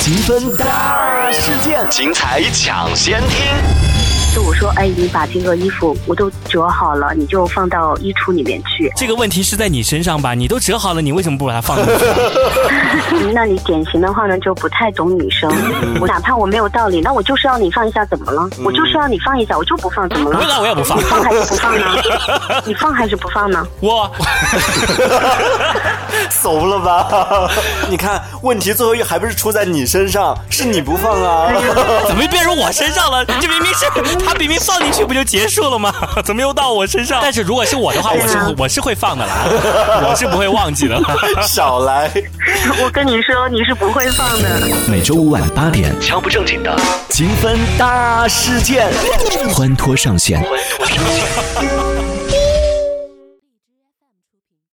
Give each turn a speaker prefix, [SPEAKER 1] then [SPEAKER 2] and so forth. [SPEAKER 1] 积分大事件，精彩抢先听。
[SPEAKER 2] 就我说，哎，你把这个衣服我都折好了，你就放到衣橱里面去。
[SPEAKER 3] 这个问题是在你身上吧？你都折好了，你为什么不把它放进 去？
[SPEAKER 2] 嗯那你典型的话呢，就不太懂女
[SPEAKER 3] 嗯
[SPEAKER 2] 生。我哪怕我没有道理，那我就是要你放一下，怎么了？我就是要你放一下，我就不放，怎么了？
[SPEAKER 3] 那我也不放
[SPEAKER 2] 你放还是不放呢？你放还是不放呢？
[SPEAKER 3] 我
[SPEAKER 1] 怂了吧？ 你看，问题最后还不是出在你身上，是你不放 啊。
[SPEAKER 3] 怎么变成我身上了？这明明是他明明放进去不就结束了吗？ 怎么又到我身上？但哎是如果是我的话，我是
[SPEAKER 2] 对啊
[SPEAKER 3] 我是会放的啦，我是不会忘记的。
[SPEAKER 1] 少来，
[SPEAKER 2] 我跟你说，你是不会放的。
[SPEAKER 4] 每周五晚八点，
[SPEAKER 1] 敲不正经的积分大事件。
[SPEAKER 4] 欢脱上线。
[SPEAKER 1] 欢脱上线。